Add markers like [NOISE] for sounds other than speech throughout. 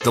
The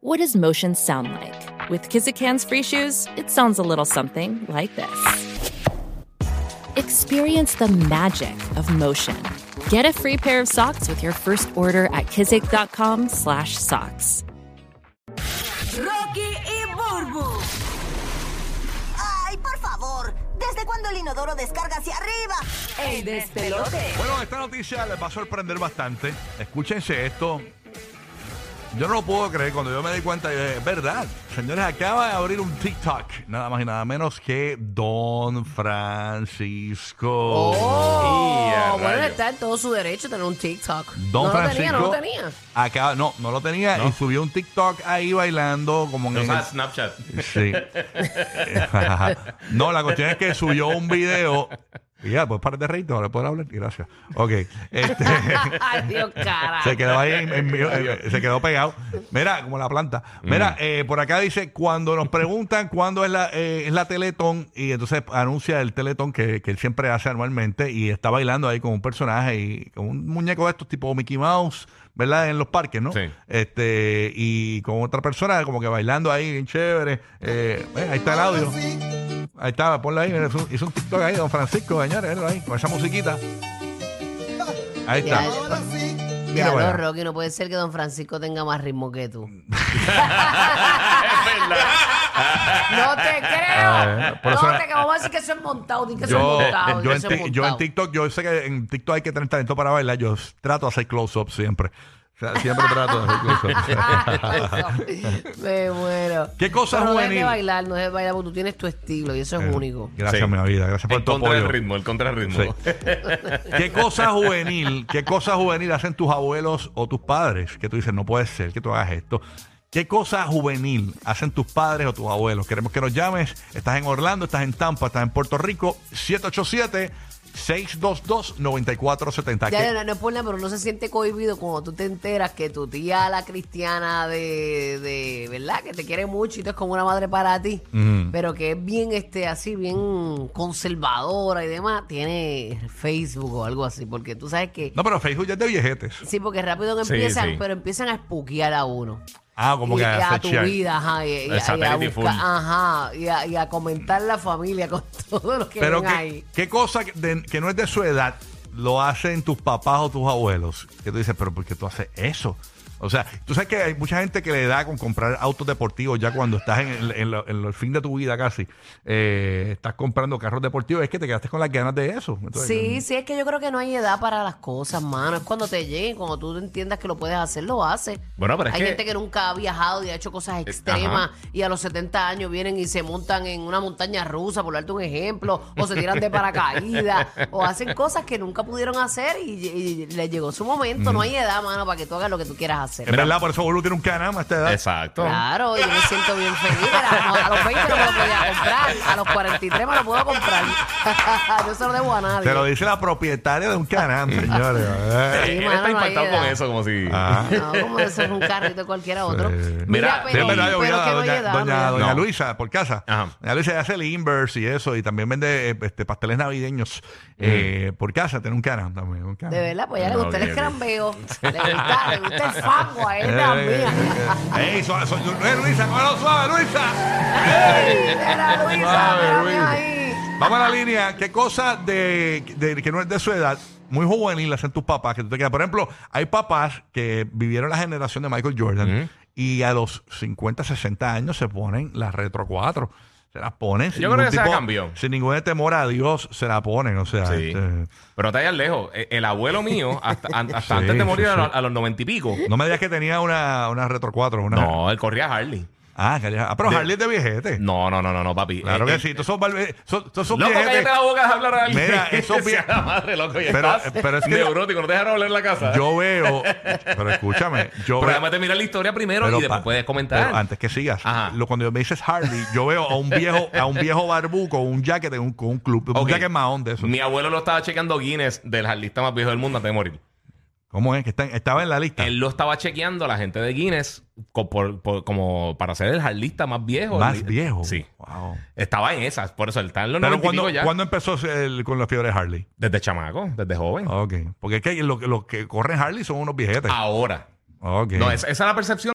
What does motion sound like? With Kizikans free shoes, it sounds a little something like this. Experience the magic of motion. Get a free pair of socks with your first order at kizik.com/socks. Rocky y Burbu. ¡Ay, por favor! ¿Desde cuándo el inodoro descarga hacia arriba? El despelote. Bueno, esta noticia les va a sorprender bastante. Escúchense esto. Yo no lo puedo creer cuando yo me di cuenta, yo dije, es verdad. Señores, acaba de abrir un TikTok, nada más y nada menos que Don Francisco. Oh, Y a bueno, rayos. está en todo su derecho tener un TikTok. Don no Francisco lo tenía, no lo tenía. Acaba, no, no lo tenía y subió un TikTok ahí bailando como en No el- sabes Snapchat. Sí. [LAUGHS] no, la cuestión es que subió un video. Y ya, pues para de reírte, ahora puedo hablar. Gracias. Ok. Este, [LAUGHS] Ay, Dios, cara. se quedó ahí, en- en- eh, se quedó pegado. Mira, como la planta. Mira, eh, por acá dice, cuando nos preguntan cuándo es la, eh, es la Teletón, y entonces anuncia el Teletón que, que él siempre hace anualmente, y está bailando ahí con un personaje, y con un muñeco de estos tipo Mickey Mouse, ¿verdad? En los parques, ¿no? Sí. Este, y con otra persona como que bailando ahí, bien chévere. Eh, eh, ahí está el audio. Ahí está, ponlo ahí, mira, hizo un- hizo un TikTok ahí, don Francisco, señores, míralo ahí, con esa musiquita. Ahí está. Ya, Mira, Ya, no, bueno. Rocky, no puede ser que Don Francisco tenga más ritmo que [LAUGHS] tú. es verdad. No te Ah, creo. por no eso- te creo. Vamos a decir que eso es montado. Di que eso es Yo, eh, montado. di yo, que en eso ti- es yo en montado. TikTok, yo sé que en TikTok hay que tener talento para bailar. Yo s- trato de hacer close-up siempre. O sea, siempre trato de hacer [LAUGHS] Ah, close-up. eso. Me muero. ¿Qué cosa Pero No es juvenil? de bailar, no es de bailar, porque tú tienes tu estilo y eso es Eh, único. Gracias, Sí. mi vida. Gracias por El tu contra apoyo. el ritmo, el contra el Sí. ritmo. ¿Qué cosa juvenil, qué cosa juvenil hacen tus abuelos o tus padres? Que tú dices, no puede ser que tú hagas esto. ¿Qué cosa juvenil hacen tus padres o tus abuelos? Queremos que nos llames. Estás en Orlando, estás en Tampa, estás en Puerto Rico. 787 622 9470. Ya, no, no es por nada, pero uno se siente cohibido cuando tú te enteras que tu tía, la cristiana de, de ¿verdad? Que te quiere mucho y tú es como una madre para ti, pero que es bien, este, así, bien conservadora y demás, tiene Facebook o algo así, porque tú sabes que... No, pero Facebook ya es de viejetes. Sí, porque rápido que Sí, empiezan, sí. pero empiezan a espuquear a uno. Ah, como y, que y a hace tu check. vida, ajá, y, y- El y a satélite full. buscar, ajá, y a, y a comentar la familia con [LAUGHS] todo lo que Pero ven qué, ahí. qué cosa que, de- que no es de su edad lo hacen tus papás o tus abuelos. Que tú dices, pero ¿por qué tú haces eso? O sea, tú sabes que hay mucha gente que le da con comprar autos deportivos ya cuando estás en el, en lo- en lo- el fin de tu vida casi. Eh, estás comprando carros deportivos. Es que te quedaste con las ganas de eso. Entonces, Sí, sí, es que yo creo que no hay edad para las cosas, mano. Es cuando te lleguen, cuando tú entiendas que lo puedes hacer, lo haces. Bueno, pero es hay que- Eh, gente que nunca ha viajado y ha hecho cosas extremas y a los 70 años vienen y se montan en una montaña rusa, por darte un ejemplo, o se tiran de paracaídas, o hacen cosas que nunca pudieron hacer y, y les llegó su momento. Mm. No hay edad, mano, para que tú hagas lo que tú quieras hacer. Es verdad, por eso Bolu tiene un canal a esta edad. [LAUGHS] Exacto. Claro, yo me siento bien feliz. A los 20 no me lo podía comprar, a los 43 me lo puedo comprar. [LAUGHS] yo se lo debo a nadie. Te lo dice la propietaria de un canal, señores. Eh. Sí, Él mano, está no hay impactado edad. con eso, como si. Ah. No, como eso es un carrito cualquiera otro. Sí. Mira, Sí, pero, es verdad, yo pero vi a que no doña, hay edad, doña, mira. doña No. Luisa por casa. Ajá. Doña Luisa hace el inverse y eso, y también vende eh, este, pasteles navideños Mm. eh, por casa. Tiene un canal también. un canal. De verdad, pues ya le No, gusta el bien, crambeo. Le gusta, le gusta el fango a Eh, él, [LAUGHS] la mía. eh, ¡Ey, suave, suave, eh, Luisa! ¡Cógelo suave, Luisa! Mira, Luisa, Suave, mira, Luisa. mira ahí. Vamos a la línea. ¿Qué cosa de, de- que no es de su edad, muy juvenil, hacen tus papás? Que tú te quedas? Por ejemplo, hay papás que vivieron la generación de Michael Jordan y a los 50, 60 años se ponen las Retro 4. Se las ponen sin Yo creo ningún que sea tipo- cambio. Sin ningún temor a Dios se la ponen. O sea, Sí. este, Pero no te vayas lejos. El, el abuelo mío, hasta, an- hasta [LAUGHS] Sí, antes de morir sí, a, sí. los, a los noventa y pico, no me digas que tenía una, una Retro 4. Una, no, él corría a Harley. Ah, calleja. Ah, pero De- Harley es de viejete. No, no, no, no, no, papi. Claro Eh, que eh, sí. Todos son, barbe- son, todos son Loco, viejetes. cállate la boca de hablar a alguien. Mira, [LAUGHS] eso es bien- Sea la madre, loco, ya Pero- estás pero es que- neurótico, no te dejaron hablar en la casa. Yo veo. Pero escúchame. Yo pero veo- además te mira la historia primero pero y después pa- puedes comentar. pero antes que sigas, Ajá. lo, cuando me dices Harley, yo veo a un viejo, a un viejo barbú con un jacket de un, con un club, un Ok. jacket mahón de eso. Mi abuelo lo estaba chequeando Guinness del jarlista más viejo del mundo antes de morir. ¿Cómo es? Que está en- estaba en la lista. Él lo estaba chequeando la gente de Guinness co- por- por- como para ser el jarlista más viejo. Más El- viejo. Sí. Wow. Estaba en esas, por eso él está en los Pero 90 y cuando, pico ya. ¿cuándo empezó el- con la fiebre de Harley? Desde chamaco, desde joven. Ok. Porque es que los, los que corren Harley son unos viejetes. Ahora. Ok. Ah. No, esa, esa es la percepción